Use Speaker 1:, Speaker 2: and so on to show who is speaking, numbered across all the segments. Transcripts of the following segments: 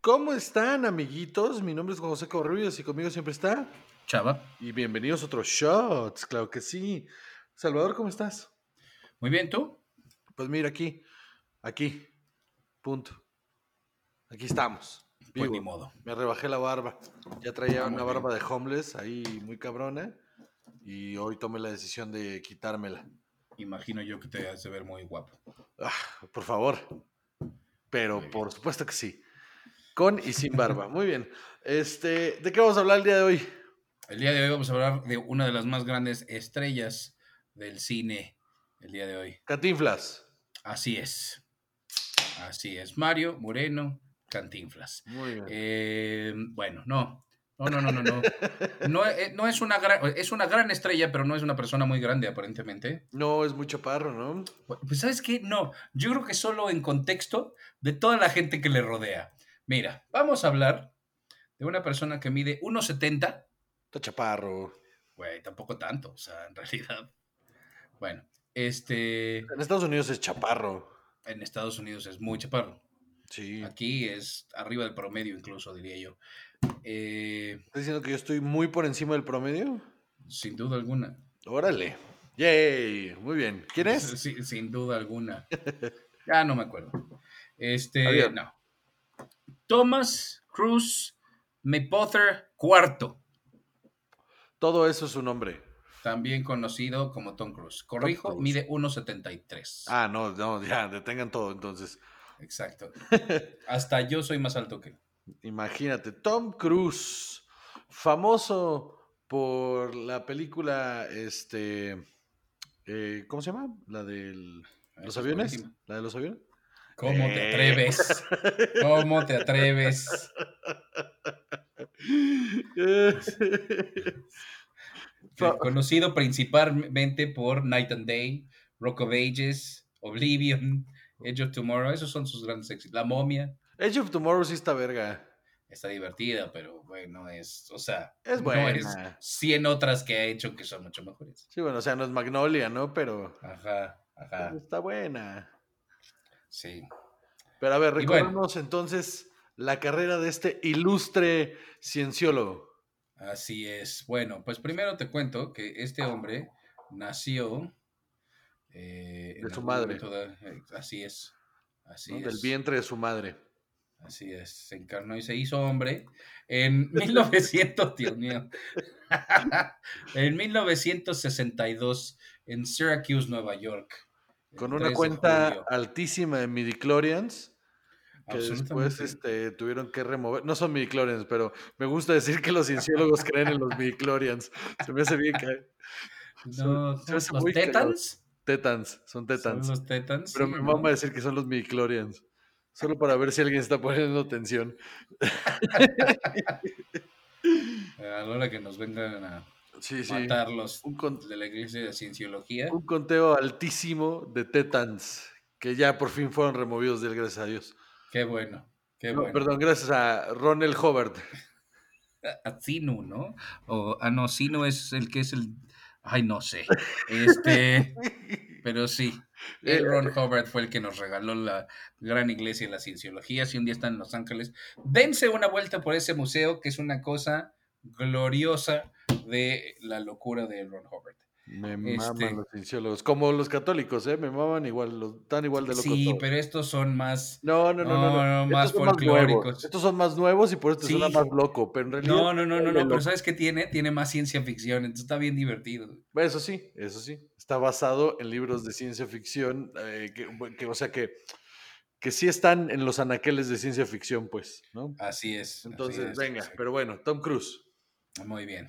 Speaker 1: ¿Cómo están, amiguitos? Mi nombre es Juan José Corrubios y conmigo siempre está.
Speaker 2: Chava.
Speaker 1: Y bienvenidos a otros shots, claro que sí. Salvador, ¿cómo estás?
Speaker 2: Muy bien, ¿tú?
Speaker 1: Pues mira, aquí, aquí, punto. Aquí estamos.
Speaker 2: Pues
Speaker 1: vivo.
Speaker 2: ni modo.
Speaker 1: Me rebajé la barba. Ya traía
Speaker 2: Ah, muy
Speaker 1: una barba de homeless ahí muy cabrona. Y hoy tomé la decisión de quitármela.
Speaker 2: Imagino yo que te has de ver muy guapo.
Speaker 1: Ah, por favor. Pero
Speaker 2: Muy bien.
Speaker 1: por supuesto que sí. Con y sin barba. Muy bien. Este, ¿de qué vamos a hablar el día de hoy?
Speaker 2: El día de hoy vamos a hablar de una de las más grandes estrellas del cine. El día de hoy.
Speaker 1: Catinflas.
Speaker 2: Así es. Así es. Mario Moreno Cantinflas.
Speaker 1: Muy bien.
Speaker 2: Eh, bueno, no. No, no, no, no, no. No, eh, no es, una gran, es una gran estrella, pero no es una persona muy grande, aparentemente.
Speaker 1: No, es muy chaparro, ¿no?
Speaker 2: Pues, ¿sabes qué? No, yo creo que solo en contexto de toda la gente que le rodea. Mira, vamos a hablar de una persona que mide 1,70.
Speaker 1: Está chaparro.
Speaker 2: Güey, tampoco tanto, o sea, en realidad. Bueno, este,
Speaker 1: En Estados Unidos es chaparro.
Speaker 2: en Estados Unidos es muy chaparro.
Speaker 1: Sí. Está
Speaker 2: Aquí es arriba del promedio incluso, diría yo. Eh,
Speaker 1: diciendo que yo estoy muy por encima del promedio?
Speaker 2: sin duda alguna.
Speaker 1: Órale. Yay. Muy bien. ¿Quién es?
Speaker 2: Sí, sin duda alguna. Ya no me acuerdo. Este,
Speaker 1: Javier.
Speaker 2: no. Thomas Cruz Mapother IV,
Speaker 1: Todo eso es su nombre.
Speaker 2: también conocido como Tom Cruise. Corrijo,
Speaker 1: Tom Cruise.
Speaker 2: mide 1.73.
Speaker 1: Ah, no, no, ya, detengan todo entonces.
Speaker 2: Exacto. Hasta yo soy más alto que él.
Speaker 1: Imagínate, Tom Cruise, famoso por la película, este, eh, ¿cómo se llama? La de los
Speaker 2: Eso es
Speaker 1: aviones.
Speaker 2: buenísimo.
Speaker 1: La de los aviones.
Speaker 2: ¿Cómo te
Speaker 1: Eh.
Speaker 2: atreves? ¿Cómo te atreves?
Speaker 1: Fa-
Speaker 2: Conocido principalmente por Night and Day, Rock of Ages, Oblivion, Edge of Tomorrow. Esos son sus grandes éxitos. La momia.
Speaker 1: Edge of Tomorrow sí está verga.
Speaker 2: está divertida, pero bueno, es, o sea,
Speaker 1: Es
Speaker 2: no es
Speaker 1: buena.
Speaker 2: 100 otras que ha hecho que son mucho mejores.
Speaker 1: Sí, bueno, o sea, no es Magnolia, ¿no? Pero
Speaker 2: Ajá, ajá,
Speaker 1: está buena.
Speaker 2: sí.
Speaker 1: Pero a ver,
Speaker 2: Y bueno.
Speaker 1: recordemos entonces la carrera de este ilustre cienciólogo.
Speaker 2: Así es. Bueno, pues primero te cuento que este hombre nació eh, en
Speaker 1: De su
Speaker 2: algún
Speaker 1: madre.
Speaker 2: momento de- así es. Así
Speaker 1: ¿no?
Speaker 2: es.
Speaker 1: Del vientre de su madre.
Speaker 2: Así es. Se encarnó y se hizo hombre en 1900, Dios mío. en 1962 en Syracuse, Nueva York. el
Speaker 1: Con
Speaker 2: 3
Speaker 1: una
Speaker 2: de
Speaker 1: cuenta
Speaker 2: julio.
Speaker 1: altísima de midichlorians que después
Speaker 2: Absolutamente.
Speaker 1: este, tuvieron que remover. No son midichlorians, pero me gusta decir que los cienciólogos creen en los midichlorians. Se me hace bien que...
Speaker 2: No,
Speaker 1: se me hace
Speaker 2: son los
Speaker 1: muy cagado.
Speaker 2: Tetans.
Speaker 1: Tetans, son
Speaker 2: Son
Speaker 1: tetans.
Speaker 2: los Tetans.
Speaker 1: Pero
Speaker 2: sí,
Speaker 1: me
Speaker 2: ¿no?
Speaker 1: mama decir que son los midichlorians. Solo para ver si alguien está poniendo atención.
Speaker 2: A la hora Eh, que nos vengan a
Speaker 1: Sí, sí.
Speaker 2: matar los
Speaker 1: Un, con-
Speaker 2: de la iglesia de cienciología.
Speaker 1: un conteo altísimo de Tetans que ya por fin fueron removidos del gracias a Dios.
Speaker 2: Qué bueno. Qué
Speaker 1: No,
Speaker 2: bueno.
Speaker 1: Perdón, gracias a Ronald Hobart.
Speaker 2: A Sinu, ¿no? O, ah, no, Sinu es el que es el. Ay, no sé. Este. pero sí.
Speaker 1: Eh,
Speaker 2: El Ron Hobart fue el que nos regaló la gran iglesia de la cienciología. Si un día están en Los Ángeles, dense una vuelta por ese museo, que es una cosa gloriosa de la locura de Ron Hobart.
Speaker 1: Me
Speaker 2: Este-
Speaker 1: maman los cienciólogos. Como los católicos, ¿eh? Me maman igual, los, tan igual de locos.
Speaker 2: Sí,
Speaker 1: todos.
Speaker 2: pero estos son más.
Speaker 1: No, no, no, no.
Speaker 2: No, no,
Speaker 1: Estos
Speaker 2: más
Speaker 1: son nuevos.
Speaker 2: folclóricos.
Speaker 1: Estos son más nuevos y por esto
Speaker 2: Sí.
Speaker 1: suena más loco, pero en realidad...
Speaker 2: No, no, no, no,
Speaker 1: de
Speaker 2: no, pero
Speaker 1: lo-
Speaker 2: ¿sabes qué tiene? Tiene más ciencia ficción, entonces está bien divertido.
Speaker 1: Eso sí, eso sí. Está basado en libros de ciencia ficción, eh, que, bu- que, o sea que, que sí están en los anaqueles de ciencia ficción, pues, ¿no?
Speaker 2: Así es. así
Speaker 1: Entonces,
Speaker 2: es,
Speaker 1: venga,
Speaker 2: así
Speaker 1: pero bueno, Tom Cruise.
Speaker 2: es. Muy bien.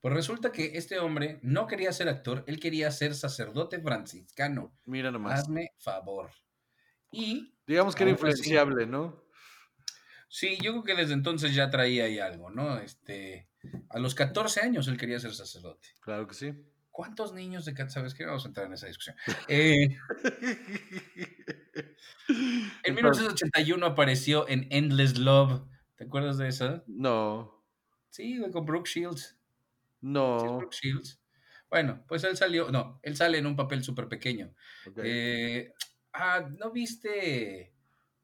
Speaker 2: Pues resulta que este hombre no quería ser actor, él quería ser sacerdote franciscano.
Speaker 1: Mira nomás.
Speaker 2: Hazme favor. Y
Speaker 1: Digamos que era
Speaker 2: aún así-
Speaker 1: influenciable, ¿no?
Speaker 2: sí, yo creo que desde entonces ya traía ahí algo, ¿no? Este, a los 14 años él quería ser sacerdote.
Speaker 1: Claro que sí.
Speaker 2: ¿Cuántos niños de 14? ¿Sabes qué? No Vamos a entrar en esa discusión. Eh, En
Speaker 1: Entonces,
Speaker 2: 1981 apareció en Endless Love. ¿Te acuerdas de esa?
Speaker 1: No,
Speaker 2: Sí, güey, con Brooke Shields. Sí, es
Speaker 1: no.
Speaker 2: Brooke Shields. Bueno, pues él salió, no, él sale en un papel Eh, súper pequeño.
Speaker 1: ok.
Speaker 2: Eh, ah, ¿no viste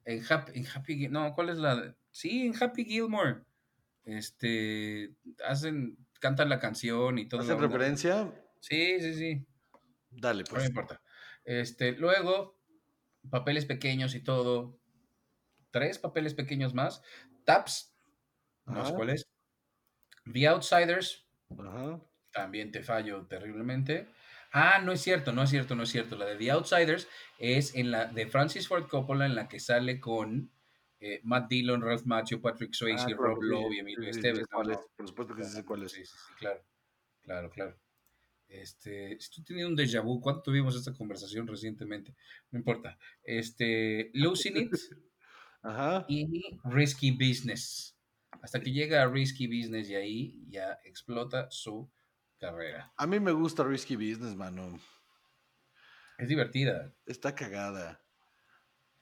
Speaker 2: en Happy, en Happy, no, ¿cuál es la? Sí, en Happy Gilmore. Este, hacen, cantan la canción y todo.
Speaker 1: ¿Hacen referencia?
Speaker 2: Sí, sí, sí.
Speaker 1: Dale,
Speaker 2: No me
Speaker 1: pues.
Speaker 2: importa. Este, luego, papeles pequeños y todo. Tres papeles pequeños más. Taps, no sé
Speaker 1: Ajá,
Speaker 2: cuál es. The Outsiders,
Speaker 1: ajá.
Speaker 2: también te fallo terriblemente. Ah, no es cierto, no es cierto, no es cierto. La de The Outsiders es en la de Francis Ford Coppola, en la que sale con eh, Matt Dillon, Ralph Macchio, Patrick
Speaker 1: Ah,
Speaker 2: Swayze,
Speaker 1: claro,
Speaker 2: Rob
Speaker 1: sí,
Speaker 2: Lowe y
Speaker 1: sí,
Speaker 2: Emilio
Speaker 1: sí,
Speaker 2: Estevez.
Speaker 1: sé
Speaker 2: ¿no?
Speaker 1: cuál es, Por supuesto que sí sé cuál es.
Speaker 2: Sí, sí, sí, claro. Claro, claro. Este, estoy teniendo un déjà vu. ¿Cuánto tuvimos esta conversación recientemente? No importa. Este, Losing It
Speaker 1: Ajá.
Speaker 2: y Risky Business. Hasta que llega a Risky Business y ahí ya explota su carrera.
Speaker 1: A mí me gusta Risky Business, mano.
Speaker 2: Es divertida.
Speaker 1: Está cagada.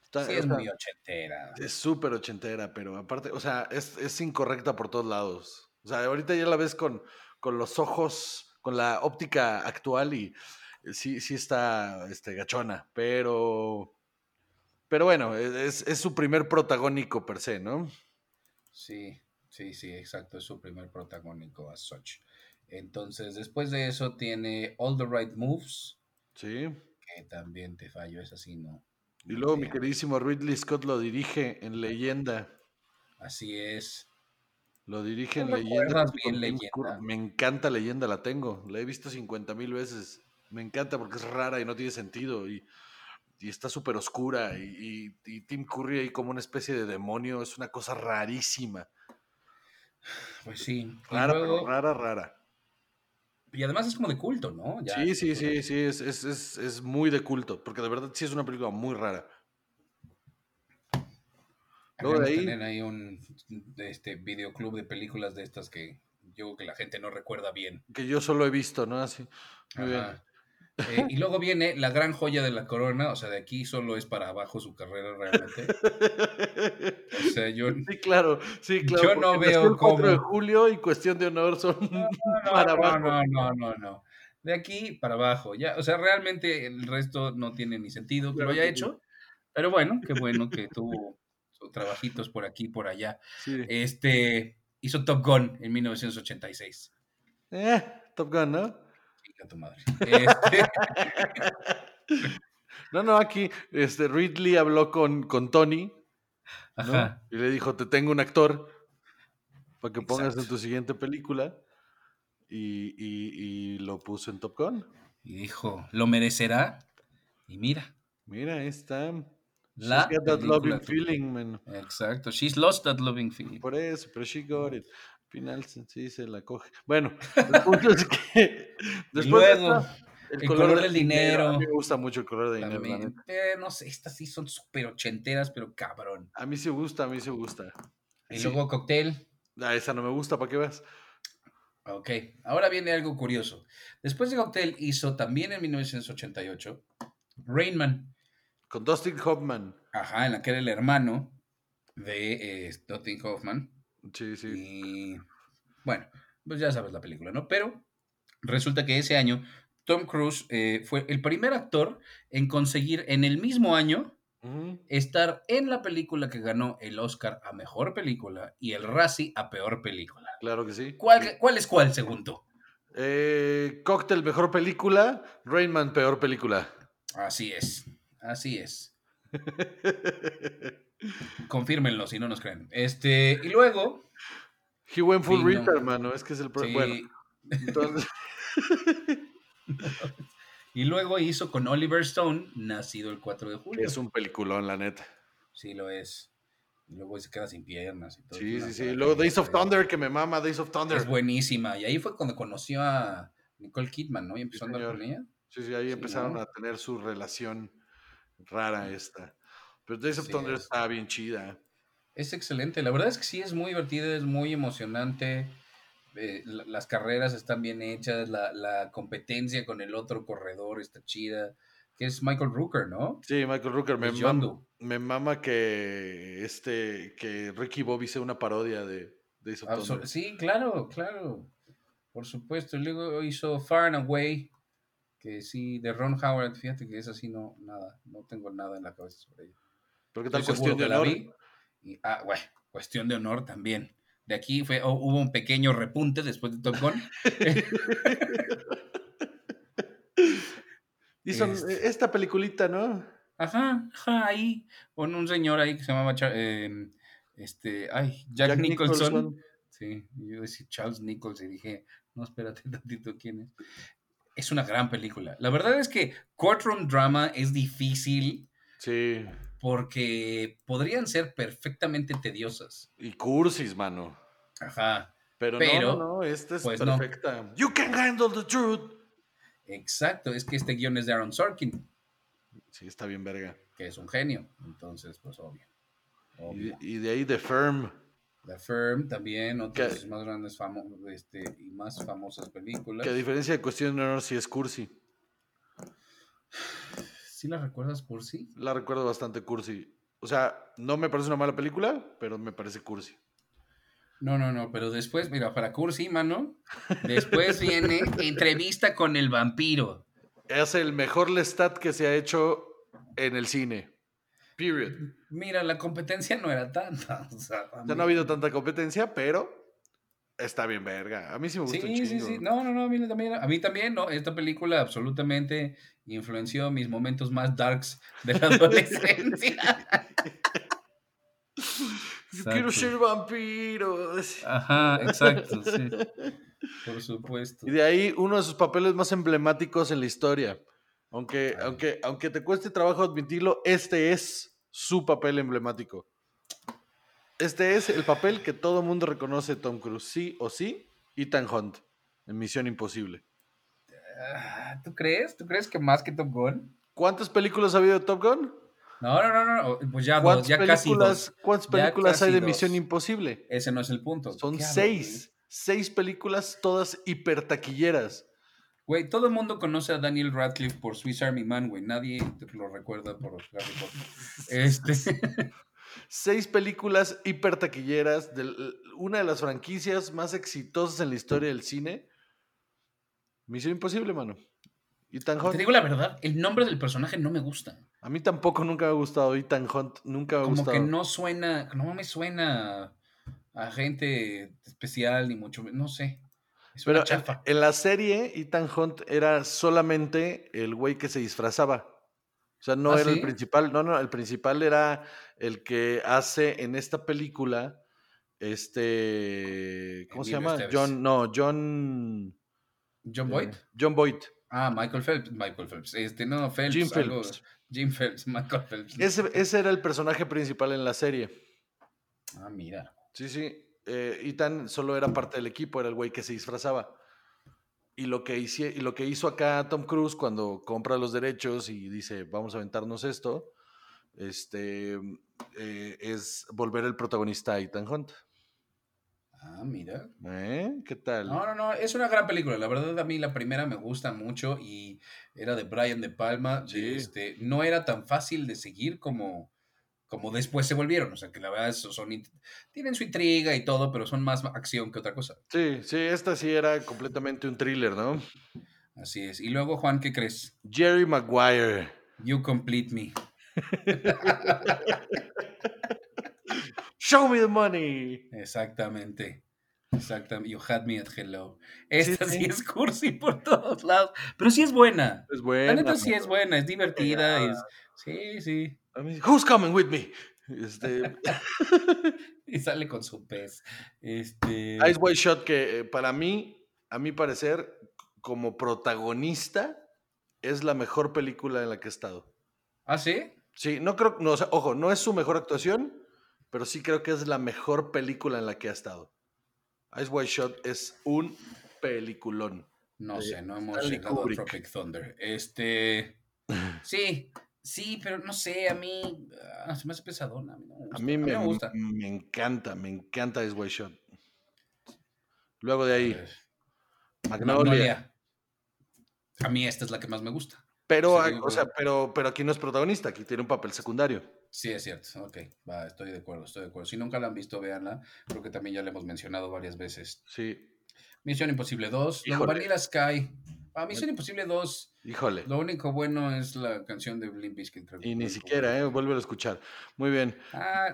Speaker 1: Está,
Speaker 2: Sí,
Speaker 1: o
Speaker 2: es
Speaker 1: sea,
Speaker 2: muy ochentera.
Speaker 1: es súper ochentera, pero aparte, o sea, es, es incorrecta por todos lados. O sea, ahorita ya la ves con, con los ojos, con la óptica actual y eh, sí, sí está este, gachona, pero... Pero bueno, e-, es, es su primer protagónico per se, ¿no?
Speaker 2: Sí, sí, sí, exacto. Es su primer protagónico as such. Entonces, después de eso tiene All the Right Moves,
Speaker 1: Sí.
Speaker 2: que también te fallo, es así, ¿no?
Speaker 1: Y luego mi
Speaker 2: Sí.
Speaker 1: queridísimo Ridley Scott lo dirige en Leyenda.
Speaker 2: Así es.
Speaker 1: Lo dirige
Speaker 2: ¿No
Speaker 1: en
Speaker 2: me
Speaker 1: Leyenda.
Speaker 2: acuerdas
Speaker 1: junto con
Speaker 2: bien
Speaker 1: Tim
Speaker 2: Leyenda?
Speaker 1: Curry. Me encanta Leyenda, la tengo. La he visto 50 mil veces. Me encanta porque es rara y no tiene sentido. Y, y está súper oscura. Y, y- y Tim Curry ahí como una especie de demonio. Es una cosa rarísima.
Speaker 2: Pues sí. Y
Speaker 1: Rara,
Speaker 2: luego,
Speaker 1: pero rara, rara.
Speaker 2: y además es como de culto, ¿no? Ya,
Speaker 1: Sí, sí, sí, sí. Es, es- es- es muy de culto. Porque de verdad sí es una película muy rara. Luego de
Speaker 2: Deberíamos
Speaker 1: ahí-
Speaker 2: tener ahí un este, videoclub de películas de estas que yo creo que la gente no recuerda bien.
Speaker 1: Que yo solo he visto, ¿no? Así. Muy bien.
Speaker 2: Ajá. Eh, y luego viene la gran joya de la corona, o sea, de aquí solo es para abajo su carrera realmente. O sea, yo no,
Speaker 1: Sí, claro, sí, claro.
Speaker 2: Yo no
Speaker 1: porque
Speaker 2: veo
Speaker 1: nació el 4 de
Speaker 2: cómo.
Speaker 1: julio y cuestión de honor son para
Speaker 2: no,
Speaker 1: abajo.
Speaker 2: no, no, no, no. De aquí para abajo, ya, o sea, realmente el resto no tiene ni sentido que lo
Speaker 1: Claro
Speaker 2: haya
Speaker 1: que
Speaker 2: hecho, pero bueno, qué bueno que tuvo sus trabajitos por aquí y por allá.
Speaker 1: Sí.
Speaker 2: Este hizo Top Gun en 1986.
Speaker 1: Eh, Top Gun, ¿no?
Speaker 2: Chinga tu madre. Este,
Speaker 1: No, no, aquí este, Ridley habló con, con Tony ¿no?
Speaker 2: ajá.
Speaker 1: y le dijo, te tengo un actor para que pongas en
Speaker 2: Exacto.
Speaker 1: tu siguiente película. Y, y- y lo puso en Top Gun.
Speaker 2: Y dijo, ¿lo merecerá? Y mira,
Speaker 1: Mira, ahí está. She's
Speaker 2: la
Speaker 1: got that
Speaker 2: película
Speaker 1: loving Pues, feeling, man.
Speaker 2: Exacto. She's lost that loving feeling.
Speaker 1: Por eso, pero she got it. Al final se- sí se la coge. Bueno, el punto es que
Speaker 2: Y
Speaker 1: después de
Speaker 2: luego,
Speaker 1: esta, el,
Speaker 2: el color del
Speaker 1: A mí
Speaker 2: dinero.
Speaker 1: me gusta mucho el color del dinero. la
Speaker 2: también,
Speaker 1: neta.
Speaker 2: eh, no sé, estas sí son súper ochenteras, pero cabrón.
Speaker 1: A mí se gusta, a mí se gusta.
Speaker 2: Y
Speaker 1: Sí.
Speaker 2: luego Cocktail.
Speaker 1: Ah, esa no me gusta, ¿para qué vas?
Speaker 2: Ah, Ok, ahora viene algo curioso. Después de Cocktail hizo también en 1988 Rainman,
Speaker 1: Con Dustin Hoffman.
Speaker 2: ajá, en la que era el hermano de eh, Dustin Hoffman.
Speaker 1: Sí, sí.
Speaker 2: Y bueno, pues ya sabes la película, ¿no? Pero resulta que ese año Tom Cruise eh, fue el primer actor en conseguir en el mismo año
Speaker 1: Ujú.
Speaker 2: estar en la película que ganó el Oscar a Mejor Película y el Razzie a Peor Película.
Speaker 1: Claro que sí.
Speaker 2: ¿Cuál, cuál es cuál, según tú?
Speaker 1: Eh, Cóctel, mejor película. Rainman, peor película.
Speaker 2: Así es, así es. Confírmenlo si no nos creen. Este, y luego...
Speaker 1: He went full
Speaker 2: Sí, no.
Speaker 1: reaper, hermano. Es que es el pro-
Speaker 2: sí,
Speaker 1: Bueno, entonces.
Speaker 2: Y luego hizo con Oliver Stone, nacido el 4 de julio.
Speaker 1: es un peliculón, la neta.
Speaker 2: Sí, lo es. Y luego se queda sin piernas y todo.
Speaker 1: Sí, sí,
Speaker 2: Es una
Speaker 1: sí.
Speaker 2: maravilla,
Speaker 1: Luego Days of
Speaker 2: pero
Speaker 1: Thunder, que me mama Days of Thunder.
Speaker 2: Es buenísima. Y ahí fue cuando conoció a Nicole Kidman, ¿no? Y empezó a andar
Speaker 1: señor.
Speaker 2: con ella.
Speaker 1: Sí, sí, ahí
Speaker 2: Sí,
Speaker 1: empezaron
Speaker 2: ¿no?
Speaker 1: a tener su relación rara esta. Pero Days of
Speaker 2: Así
Speaker 1: Thunder
Speaker 2: es.
Speaker 1: está bien chida.
Speaker 2: Es excelente. La verdad es que sí, es muy divertida, es muy emocionante. eh, la- las carreras están bien hechas, la, la competencia con el otro corredor está chida. Que es Michael Rooker, ¿no?
Speaker 1: Sí, Michael Rooker, me,
Speaker 2: Es
Speaker 1: mam-
Speaker 2: Yondu.
Speaker 1: me mama que este que Ricky Bobby sea una parodia de Days of
Speaker 2: Absol-
Speaker 1: Thunder.
Speaker 2: sí, claro, claro. Por supuesto. Y Luego hizo Far and Away, que sí, de Ron Howard. Fíjate que es así, no, nada. No tengo nada en la cabeza sobre ella.
Speaker 1: Pero qué tal
Speaker 2: Estoy seguro
Speaker 1: cuestión de
Speaker 2: que la
Speaker 1: honor.
Speaker 2: vi. y- ah, güey. cuestión de honor también. De aquí fue, oh, hubo un pequeño repunte después de Top Gun.
Speaker 1: Y son
Speaker 2: Este.
Speaker 1: "E, esta peliculita, ¿no?
Speaker 2: Ajá, ajá, ahí. Con un señor ahí que se llamaba Char- eh, este, ay, Jack, Nicholson. Sí, yo decía Charles Nichols y dije, no, espérate tantito, ¿quién es? Es una gran película. La verdad es que Courtroom Drama es difícil
Speaker 1: Sí.
Speaker 2: porque podrían ser perfectamente tediosas.
Speaker 1: Y cursis, mano.
Speaker 2: Ajá,
Speaker 1: Pero,
Speaker 2: Pero,
Speaker 1: no, no, no, esta es
Speaker 2: pues no.
Speaker 1: perfecta. You can handle the truth.
Speaker 2: exacto. Es que este guión es de Aaron Sorkin,
Speaker 1: Sí, está bien verga.
Speaker 2: que es un genio. Entonces, pues obvio.
Speaker 1: Y,
Speaker 2: obvio.
Speaker 1: y de ahí The Firm.
Speaker 2: La Firm también, otra de
Speaker 1: Que-
Speaker 2: sus más grandes famo este, y más famosas películas.
Speaker 1: Que a diferencia de Cuestión de Honor, sí es cursi.
Speaker 2: ¿Sí la recuerdas por sí?
Speaker 1: La recuerdo bastante cursi. O sea, no me parece una mala película, pero me parece cursi.
Speaker 2: No, no, no, pero después, mira, para Cursi, mano, después viene entrevista con el vampiro.
Speaker 1: Es el mejor Lestat que se ha hecho en el cine. Period.
Speaker 2: Mira, la competencia no era tanta. O sea, a
Speaker 1: Ya
Speaker 2: mí-
Speaker 1: no ha habido tanta competencia, pero está bien verga. A mí sí me gusta un
Speaker 2: Sí, sí,
Speaker 1: chingo.
Speaker 2: sí. No, no, no, a mí también, a mí también, no. Esta película absolutamente influenció mis momentos más darks de la adolescencia.
Speaker 1: Yo quiero
Speaker 2: Exacto.
Speaker 1: ser vampiro.
Speaker 2: Ajá, exacto, sí. Por supuesto.
Speaker 1: Y de ahí uno de sus papeles más emblemáticos en la historia. Aunque,
Speaker 2: Ay.
Speaker 1: aunque, aunque te cueste trabajo admitirlo, este es su papel emblemático. Este es el papel que todo mundo reconoce Tom Cruise, sí o sí, Ethan Hunt, en Misión Imposible.
Speaker 2: Ah, ¿Tú crees? ¿Tú crees que más que Top Gun?
Speaker 1: ¿Cuántas películas ha habido de Top Gun?
Speaker 2: No, no, no, no. Pues ya dos,
Speaker 1: ¿Cuántas
Speaker 2: ya casi dos.
Speaker 1: películas, cuántas
Speaker 2: Ya
Speaker 1: películas hay
Speaker 2: casi
Speaker 1: de
Speaker 2: dos.
Speaker 1: Misión Imposible?
Speaker 2: Ese no es el punto.
Speaker 1: Son
Speaker 2: ¿Qué ¿eh? hablas,
Speaker 1: seis. Seis películas, todas hipertaquilleras.
Speaker 2: Güey, todo el mundo conoce a Daniel Radcliffe por Swiss Army Man, güey. Nadie lo recuerda por Harry Potter. Este,
Speaker 1: Seis películas hipertaquilleras de l- una de las franquicias más exitosas en la historia del cine. Misión Imposible, mano. Ethan
Speaker 2: te
Speaker 1: Hunt.
Speaker 2: digo la verdad, el nombre del personaje no me gusta.
Speaker 1: A mí tampoco nunca me ha gustado Ethan Hunt. Nunca me ha
Speaker 2: Como
Speaker 1: gustado.
Speaker 2: que no suena, no me suena a gente especial ni mucho, no sé. Es una
Speaker 1: Pero eh,
Speaker 2: chafa.
Speaker 1: en la serie, Ethan Hunt era solamente el güey que se disfrazaba. O sea, no
Speaker 2: ¿Ah,
Speaker 1: era
Speaker 2: sí?
Speaker 1: el principal. No, no, el principal era el que hace en esta película. Este. ¿Cómo se
Speaker 2: Emilio
Speaker 1: llama?
Speaker 2: Estevez.
Speaker 1: John. No, John.
Speaker 2: John Boyd.
Speaker 1: eh, John Boyd.
Speaker 2: Ah, Michael Phelps. Michael Phelps. Este, no, Phelps.
Speaker 1: Jim
Speaker 2: algo-
Speaker 1: Phelps.
Speaker 2: Jim Phelps, Michael Phelps.
Speaker 1: Ese, ese era el personaje principal en la serie.
Speaker 2: Ah, mira.
Speaker 1: Sí, sí. Eh, Ethan solo era parte del equipo, era el güey que se disfrazaba. Y lo que, hici- y lo que hizo acá Tom Cruise cuando compra los derechos y dice, vamos a aventarnos esto, este, eh, es volver el protagonista a Ethan Hunt.
Speaker 2: Ah, mira.
Speaker 1: ¿Eh? ¿Qué tal?
Speaker 2: No, no, no, es una gran película. La verdad, a mí la primera me gusta mucho y era de Brian De Palma.
Speaker 1: Sí.
Speaker 2: Este, no era tan fácil de seguir como, como después se volvieron. O sea, que la verdad son, son int- tienen su intriga y todo, pero son más acción que otra cosa.
Speaker 1: Sí, sí, esta sí era completamente un thriller, ¿no?
Speaker 2: Así es. Y luego, Juan, ¿qué crees?
Speaker 1: Jerry Maguire.
Speaker 2: You Complete Me.
Speaker 1: Show me the money.
Speaker 2: Exactamente. Exactamente. You Had Me at Hello. Esta sí,
Speaker 1: sí.
Speaker 2: es cursi por todos lados, pero sí es buena.
Speaker 1: Es
Speaker 2: La
Speaker 1: bueno.
Speaker 2: neta sí es buena, es divertida. es- Sí, sí.
Speaker 1: A mí, Who's coming with me? Este,
Speaker 2: Y sale con su pez. Este.
Speaker 1: Ice White Shot que eh, para mí, a mi parecer, c- como protagonista, es la mejor película en la que he estado.
Speaker 2: ¿Ah, sí?
Speaker 1: Sí, no creo, no, o sea, ojo, no es su mejor actuación, pero sí creo que es la mejor película en la que ha estado. Ice White Shot es un peliculón.
Speaker 2: No
Speaker 1: de
Speaker 2: sé, no hemos
Speaker 1: Stanley
Speaker 2: llegado
Speaker 1: Kubrick.
Speaker 2: a Tropic Thunder. Este. Sí, sí, pero no sé, a mí. ah, se me hace pesadona. A mí, no me
Speaker 1: A
Speaker 2: gusta,
Speaker 1: mí me,
Speaker 2: gusta.
Speaker 1: me encanta, me encanta Ice White Shot. Luego de ahí, Magnolia.
Speaker 2: Magnolia. A mí esta es la que más me gusta.
Speaker 1: Pero,
Speaker 2: Sí,
Speaker 1: a- o
Speaker 2: güey.
Speaker 1: sea, pero, pero aquí no es protagonista, aquí tiene un papel secundario.
Speaker 2: Sí, es cierto. Ok, va, estoy de acuerdo, estoy de acuerdo. Si nunca la han visto, véanla. Creo que también ya la hemos mencionado varias veces.
Speaker 1: Sí,
Speaker 2: Misión Imposible 2. Luego
Speaker 1: Híjole.
Speaker 2: Vanilla Sky. Ah, Misión Imposible 2.
Speaker 1: híjole.
Speaker 2: Lo único bueno es la canción de Blimpis que
Speaker 1: Y ni siquiera, ¿eh? Vuelve a escuchar. Muy bien.
Speaker 2: Ah,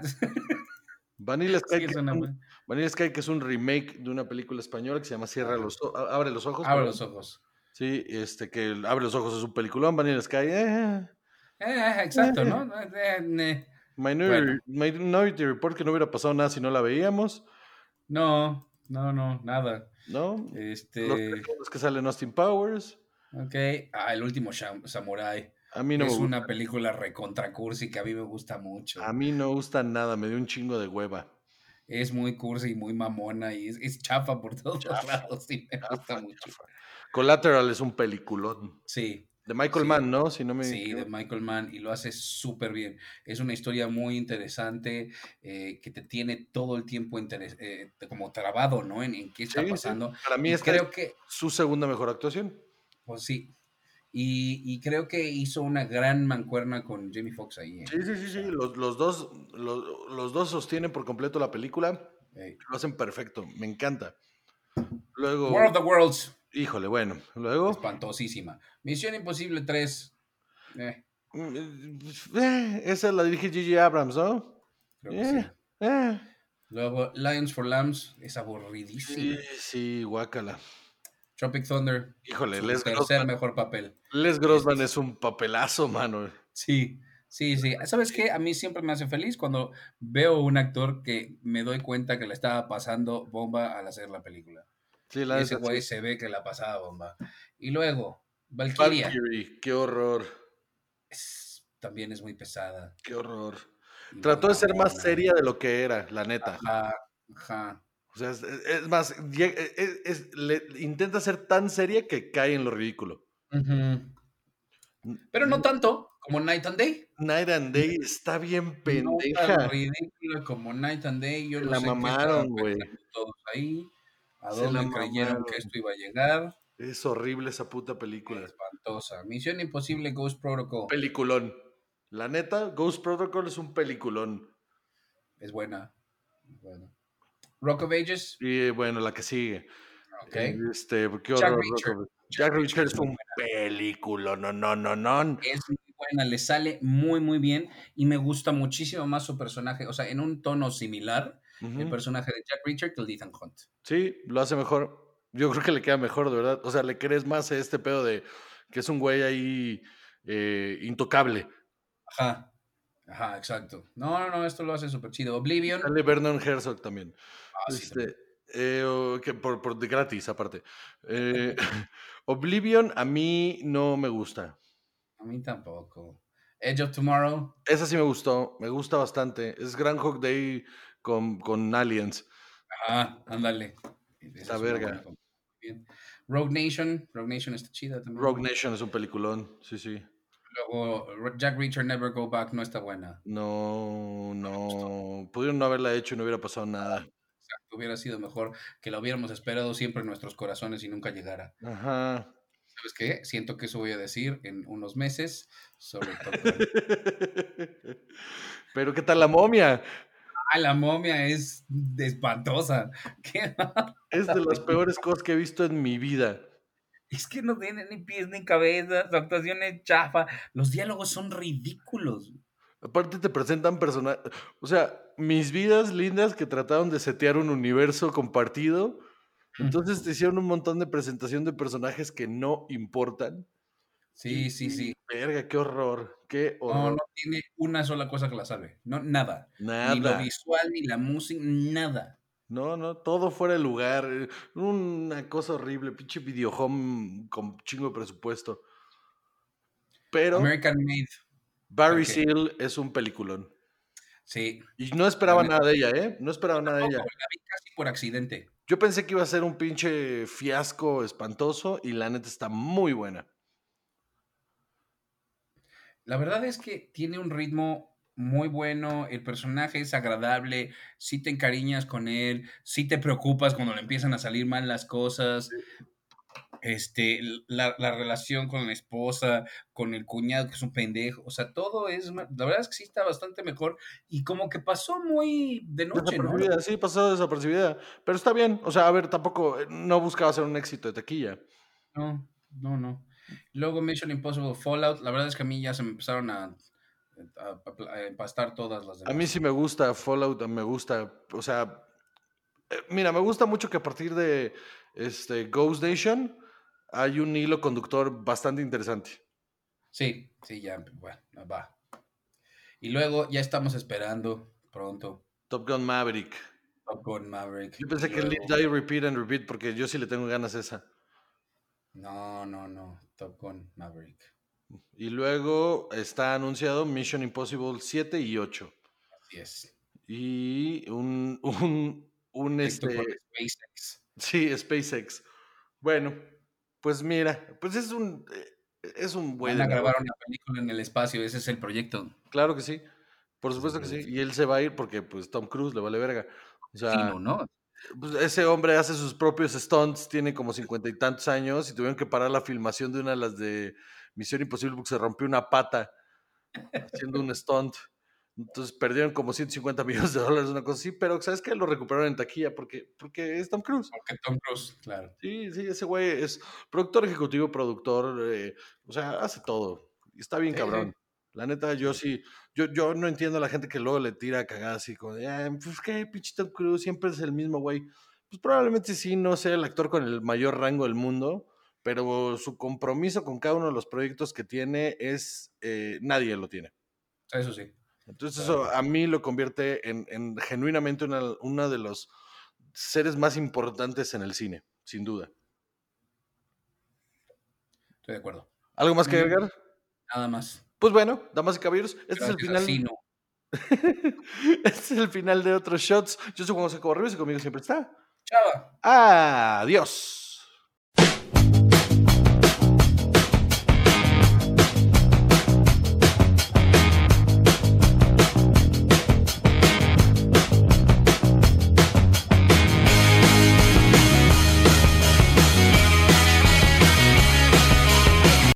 Speaker 1: Vanilla Sky,
Speaker 2: Sí,
Speaker 1: que
Speaker 2: es
Speaker 1: es
Speaker 2: una-
Speaker 1: un- Vanilla Sky, que es un remake de una película española que se llama Cierra los o- Abre los Ojos.
Speaker 2: Abre
Speaker 1: perdón.
Speaker 2: los ojos.
Speaker 1: Sí, este, que el Abre los Ojos es un peliculón, Vanilla Sky. eh,
Speaker 2: Eh, exacto, ¿no? Eh, eh,
Speaker 1: Minority, Minority Report, que no hubiera pasado nada si no la veíamos,
Speaker 2: No, no, no, nada.
Speaker 1: ¿no?
Speaker 2: Este.
Speaker 1: Los tres son los que salen Austin Powers.
Speaker 2: Ok. Ah, El último Sham- Samurai.
Speaker 1: A mí no me
Speaker 2: es
Speaker 1: gusta.
Speaker 2: una película recontra cursi que a mí me gusta mucho.
Speaker 1: A mí no gusta nada, me dio un chingo de hueva.
Speaker 2: Es muy cursi y muy mamona y es, es chafa por todos
Speaker 1: Chafa,
Speaker 2: lados y me gusta mucho.
Speaker 1: Collateral es un peliculón.
Speaker 2: Sí,
Speaker 1: De Michael
Speaker 2: Sí.
Speaker 1: Mann, ¿no? Si no me
Speaker 2: sí, de
Speaker 1: equivoco.
Speaker 2: Michael Mann y lo hace súper bien. Es una historia muy interesante eh, que te tiene todo el tiempo interes- eh, como trabado, ¿no? En, en qué está
Speaker 1: Sí, sí.
Speaker 2: pasando.
Speaker 1: Para mí
Speaker 2: Y
Speaker 1: esta es
Speaker 2: creo que
Speaker 1: su segunda mejor actuación.
Speaker 2: Pues sí. Y, y creo que hizo una gran mancuerna con Jamie Foxx ahí. ¿eh?
Speaker 1: Sí, sí, sí, sí. Los, los dos, los, los dos sostienen por completo la película.
Speaker 2: Ey.
Speaker 1: Lo hacen perfecto. Me encanta. Luego,
Speaker 2: War of the Worlds,
Speaker 1: híjole, bueno. Luego,
Speaker 2: espantosísima. Misión Imposible 3. eh,
Speaker 1: mm, eh, esa la dirige Gigi Abrams, ¿no?
Speaker 2: creo que sí.
Speaker 1: Eh, Eh,
Speaker 2: Luego Lions for Lambs, es
Speaker 1: sí,
Speaker 2: aburridísima.
Speaker 1: sí, guácala.
Speaker 2: Tropic Thunder,
Speaker 1: Híjole,
Speaker 2: su
Speaker 1: Les
Speaker 2: tercer
Speaker 1: Grossman,
Speaker 2: mejor papel.
Speaker 1: Les Grossman es un papelazo, mano.
Speaker 2: Sí, sí, sí. ¿Sabes qué? A mí siempre me hace feliz cuando veo un actor que me doy cuenta que le estaba pasando bomba al hacer la película.
Speaker 1: Sí,
Speaker 2: Y
Speaker 1: la
Speaker 2: ese
Speaker 1: neta,
Speaker 2: güey
Speaker 1: sí.
Speaker 2: se ve que la pasaba bomba. Y luego, Valkyria.
Speaker 1: Valkyrie, qué horror,
Speaker 2: es- también es muy pesada.
Speaker 1: qué horror.
Speaker 2: y
Speaker 1: Trató
Speaker 2: muy
Speaker 1: de ser más
Speaker 2: mamona.
Speaker 1: seria de lo que era, la neta.
Speaker 2: Ajá, ajá.
Speaker 1: O sea, es, es más, lleg- es- es- le- intenta ser tan seria que cae en lo ridículo.
Speaker 2: Ujú. Pero no tanto como Night and Day.
Speaker 1: Night and Day está bien
Speaker 2: No
Speaker 1: pendeja.
Speaker 2: tan ridícula como Night and Day. Yo
Speaker 1: Se
Speaker 2: no
Speaker 1: la
Speaker 2: sé qué
Speaker 1: mamaron,
Speaker 2: estaban
Speaker 1: güey.
Speaker 2: pensando todos ahí. ¿A
Speaker 1: Se la
Speaker 2: dónde creyeron
Speaker 1: mamaron.
Speaker 2: que esto iba a llegar?
Speaker 1: es horrible esa puta película.
Speaker 2: Espantosa. Misión Imposible Ghost Protocol.
Speaker 1: Peliculón. La neta, Ghost Protocol es un peliculón.
Speaker 2: es buena. es buena. Rock of Ages.
Speaker 1: Y bueno, la que sigue.
Speaker 2: Ok.
Speaker 1: Este, qué
Speaker 2: Jack
Speaker 1: horror.
Speaker 2: Reacher.
Speaker 1: loco. Jack Reacher es
Speaker 2: muy
Speaker 1: un película, no, no, no, no.
Speaker 2: es muy buena, le sale muy, muy bien y me gusta muchísimo más su personaje, o sea, en un tono similar, el
Speaker 1: Ujú.
Speaker 2: personaje de Jack Reacher que el de Ethan Hunt.
Speaker 1: Sí, lo hace mejor. Yo creo que le queda mejor, de verdad. O sea, le crees más a este pedo de que es un güey ahí eh, intocable.
Speaker 2: Ajá, ajá, exacto. No, no, no, esto lo hace súper chido. Oblivion.
Speaker 1: Sale Vernon Herzog también.
Speaker 2: Ah, sí,
Speaker 1: Este, eh, o que por, por de gratis, aparte. Eh, Oblivion a mí no me gusta. eh.
Speaker 2: a mí tampoco. Edge of Tomorrow.
Speaker 1: Esa sí me gustó, me gusta bastante. Es Grand Hawk Day con, con Aliens.
Speaker 2: Ajá, ándale. Esa
Speaker 1: Está
Speaker 2: es una
Speaker 1: verga.
Speaker 2: buena comp- Bien. Rogue Nation. Rogue Nation está chida también.
Speaker 1: Rogue Nation es un peliculón, sí, sí.
Speaker 2: Luego, Re- Jack Reacher Never Go Back no está buena.
Speaker 1: No, no. Pudieron no haberla hecho y no hubiera pasado nada.
Speaker 2: Exacto, hubiera sido mejor que la hubiéramos esperado siempre en nuestros corazones y nunca llegara.
Speaker 1: Ajá.
Speaker 2: ¿Sabes qué? Siento que eso voy a decir en unos meses sobre Top Gun.
Speaker 1: Pero ¿qué tal la momia?
Speaker 2: ¡Ah, la momia es espantosa! ¿Qué?
Speaker 1: Es de las peores cosas que he visto en mi vida.
Speaker 2: Es que no tiene ni pies ni cabeza, su actuación es chafa, los diálogos son ridículos.
Speaker 1: Aparte te presentan personajes, o sea, mis vidas lindas que trataron de setear un universo compartido. Entonces te hicieron un montón de presentación de personajes que no importan.
Speaker 2: Sí, sí, sí.
Speaker 1: Verga, qué horror, qué
Speaker 2: No,
Speaker 1: horror.
Speaker 2: no tiene una sola cosa que la salve. No, nada. Ni lo
Speaker 1: Nada.
Speaker 2: visual, ni la música, nada.
Speaker 1: No, no, todo fuera de lugar. eh, Una cosa horrible, pinche videohome con chingo de presupuesto. Pero
Speaker 2: American Made.
Speaker 1: Barry
Speaker 2: ok.
Speaker 1: Seal es un peliculón.
Speaker 2: Sí.
Speaker 1: Y no esperaba
Speaker 2: neta.
Speaker 1: nada de ella, ¿eh? No esperaba nada de
Speaker 2: Ojo,
Speaker 1: ella.
Speaker 2: la vi casi por accidente.
Speaker 1: Yo pensé que iba a ser un pinche fiasco espantoso y la neta está muy buena.
Speaker 2: La verdad es que tiene un ritmo muy bueno, el personaje es agradable, si te encariñas con él, si te preocupas cuando le empiezan a salir mal las cosas. Este, la, la relación con la esposa, con el cuñado que es un pendejo, o sea, todo es, ma- la verdad es que sí está bastante mejor y como que pasó muy de noche, ¿no?
Speaker 1: Desapercibida, sí, pasó desapercibida. Pero está bien. O sea, a ver, tampoco, eh, no buscaba ser un éxito de taquilla.
Speaker 2: No, no, no. Luego Mission Impossible Fallout, la verdad es que a mí ya se me empezaron a a- a- a empastar todas las demás.
Speaker 1: A mí sí me gusta Fallout, me gusta, o sea, eh, mira, me gusta mucho que a partir de este Ghost Nation hay un hilo conductor bastante interesante.
Speaker 2: Sí, sí, ya, bueno, va. Y luego ya estamos esperando pronto
Speaker 1: Top Gun Maverick.
Speaker 2: Top Gun Maverick.
Speaker 1: Yo pensé
Speaker 2: y
Speaker 1: que Live,
Speaker 2: luego-
Speaker 1: Die, Repeat and Repeat porque yo sí le tengo ganas a esa.
Speaker 2: No, no, no, Top Gun Maverick.
Speaker 1: Y luego está anunciado Mission Impossible 7 y 8.
Speaker 2: Así es.
Speaker 1: Y un, un, un
Speaker 2: Esto
Speaker 1: este,
Speaker 2: por SpaceX.
Speaker 1: sí, SpaceX. Bueno, pues mira, pues es un, eh, es un buen...
Speaker 2: Van a grabar
Speaker 1: negocio.
Speaker 2: una película en el espacio, ese es el proyecto.
Speaker 1: Claro que sí. Por supuesto que sí. Y él se va a ir porque pues Tom Cruise le vale verga. O sea,
Speaker 2: Chino, ¿no?
Speaker 1: pues, ese hombre hace sus propios stunts, tiene como cincuenta y tantos años y tuvieron que parar la filmación de una de las de Misión Imposible porque se rompió una pata haciendo un stunt. Entonces perdieron como 150 millones de dólares, una cosa así, pero ¿sabes qué? Lo recuperaron en taquilla porque, porque es Tom Cruise.
Speaker 2: Porque Tom Cruise, claro.
Speaker 1: Sí, sí, ese güey es productor ejecutivo, productor, eh, o sea, hace todo. Y está bien
Speaker 2: Sí,
Speaker 1: cabrón.
Speaker 2: sí.
Speaker 1: La neta, yo sí, yo, yo no entiendo a la gente que luego le tira cagada así, como, de, "Ah, pues qué, pinche Tom Cruise, siempre es el mismo güey. Pues probablemente sí, no sea el actor con el mayor rango del mundo, pero su compromiso con cada uno de los proyectos que tiene es, eh, nadie lo tiene.
Speaker 2: Eso sí.
Speaker 1: Entonces eso a mí lo convierte en, en genuinamente una, una de los seres más importantes en el cine, sin duda.
Speaker 2: Estoy de acuerdo.
Speaker 1: ¿Algo más que
Speaker 2: Mm.
Speaker 1: agregar?
Speaker 2: Nada más.
Speaker 1: Pues bueno, damas y caballeros, este es el
Speaker 2: Gracias
Speaker 1: final.
Speaker 2: a Sino.
Speaker 1: este es el final de otros shots. Yo soy Juan José Cobarrubias y conmigo siempre está.
Speaker 2: Chava.
Speaker 1: Adiós.